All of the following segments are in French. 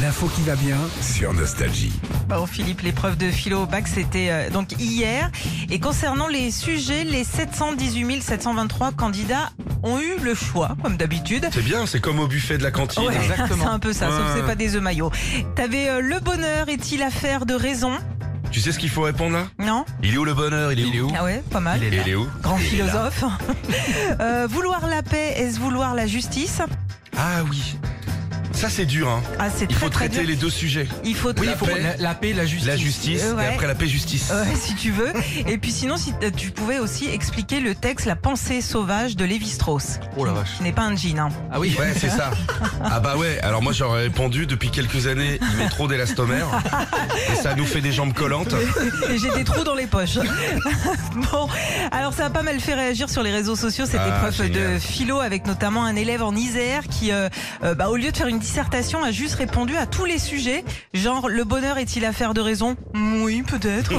L'info qui va bien sur Nostalgie. Bon, Philippe, l'épreuve de philo au bac, c'était euh, donc hier. Et concernant les sujets, les 718 723 candidats ont eu le choix, comme d'habitude. C'est bien, c'est comme au buffet de la cantine. Ouais, c'est un peu ça, sauf que Ouais. c'est pas des œufs maillots. T'avais euh, le bonheur est-il affaire de raison Tu sais ce qu'il faut répondre là Non Il est où le bonheur Il est où, Ah ouais, pas mal. Il est où Grand philosophe. Euh, vouloir la paix, est-ce vouloir la justice Ah oui. Ça c'est dur hein. Ah, c'est Il très faut très traiter dur. les deux sujets. Il faut. Oui, il faut la, paix, la justice. la justice Euh, ouais. et après la paix justice. Ouais, si tu veux. Et puis sinon, si t- tu pouvais aussi expliquer le texte La pensée sauvage de Lévi-Strauss. Oh la vache. Ce n'est pas un jean. Hein. Ah oui. Ouais, c'est ça. Ah bah ouais, alors moi j'aurais répondu depuis quelques années, il met trop d'élastomère et ça nous fait des jambes collantes. Et j'ai des trous dans les poches. bon, alors ça a pas mal fait réagir sur les réseaux sociaux cette Ah, épreuve de génial. euh, philo avec notamment un élève en Isère qui, euh, euh, bah, au lieu de faire une dissertation, a juste répondu à tous les sujets, genre le bonheur est-il affaire de raison Mm, Oui, peut-être.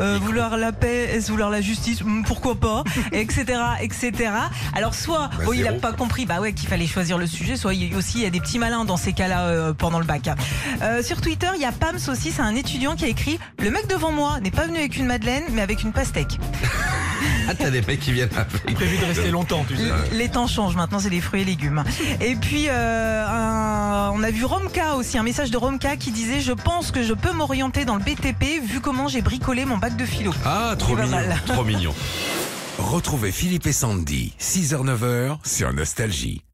Euh, vouloir la paix, est-ce vouloir la justice Mm, Pourquoi pas Etc. Etc. Alors soit, bon, il a zéro. pas compris, bah ouais, qu'il fallait choisir le sujet, soit il y a aussi il y a des petits malins dans ces cas-là euh, pendant le bac. Euh, sur Twitter, il y a Pams aussi, c'est un étudiant qui a écrit Le mec devant moi n'est pas venu avec une madeleine, mais avec une pastèque. Ah t'as des mecs qui viennent avec. Prévu de rester longtemps, tu sais. L- Les temps changent, maintenant c'est les fruits et légumes. Et puis, euh, un- on a vu Romka aussi, un message de Romka qui disait Je pense que je peux m'orienter dans le BTP vu comment j'ai bricolé mon bac de philo. Ah trop Il va mignon, mal. trop mignon. Retrouvez Philippe et Sandy, 6h-9h sur Nostalgie.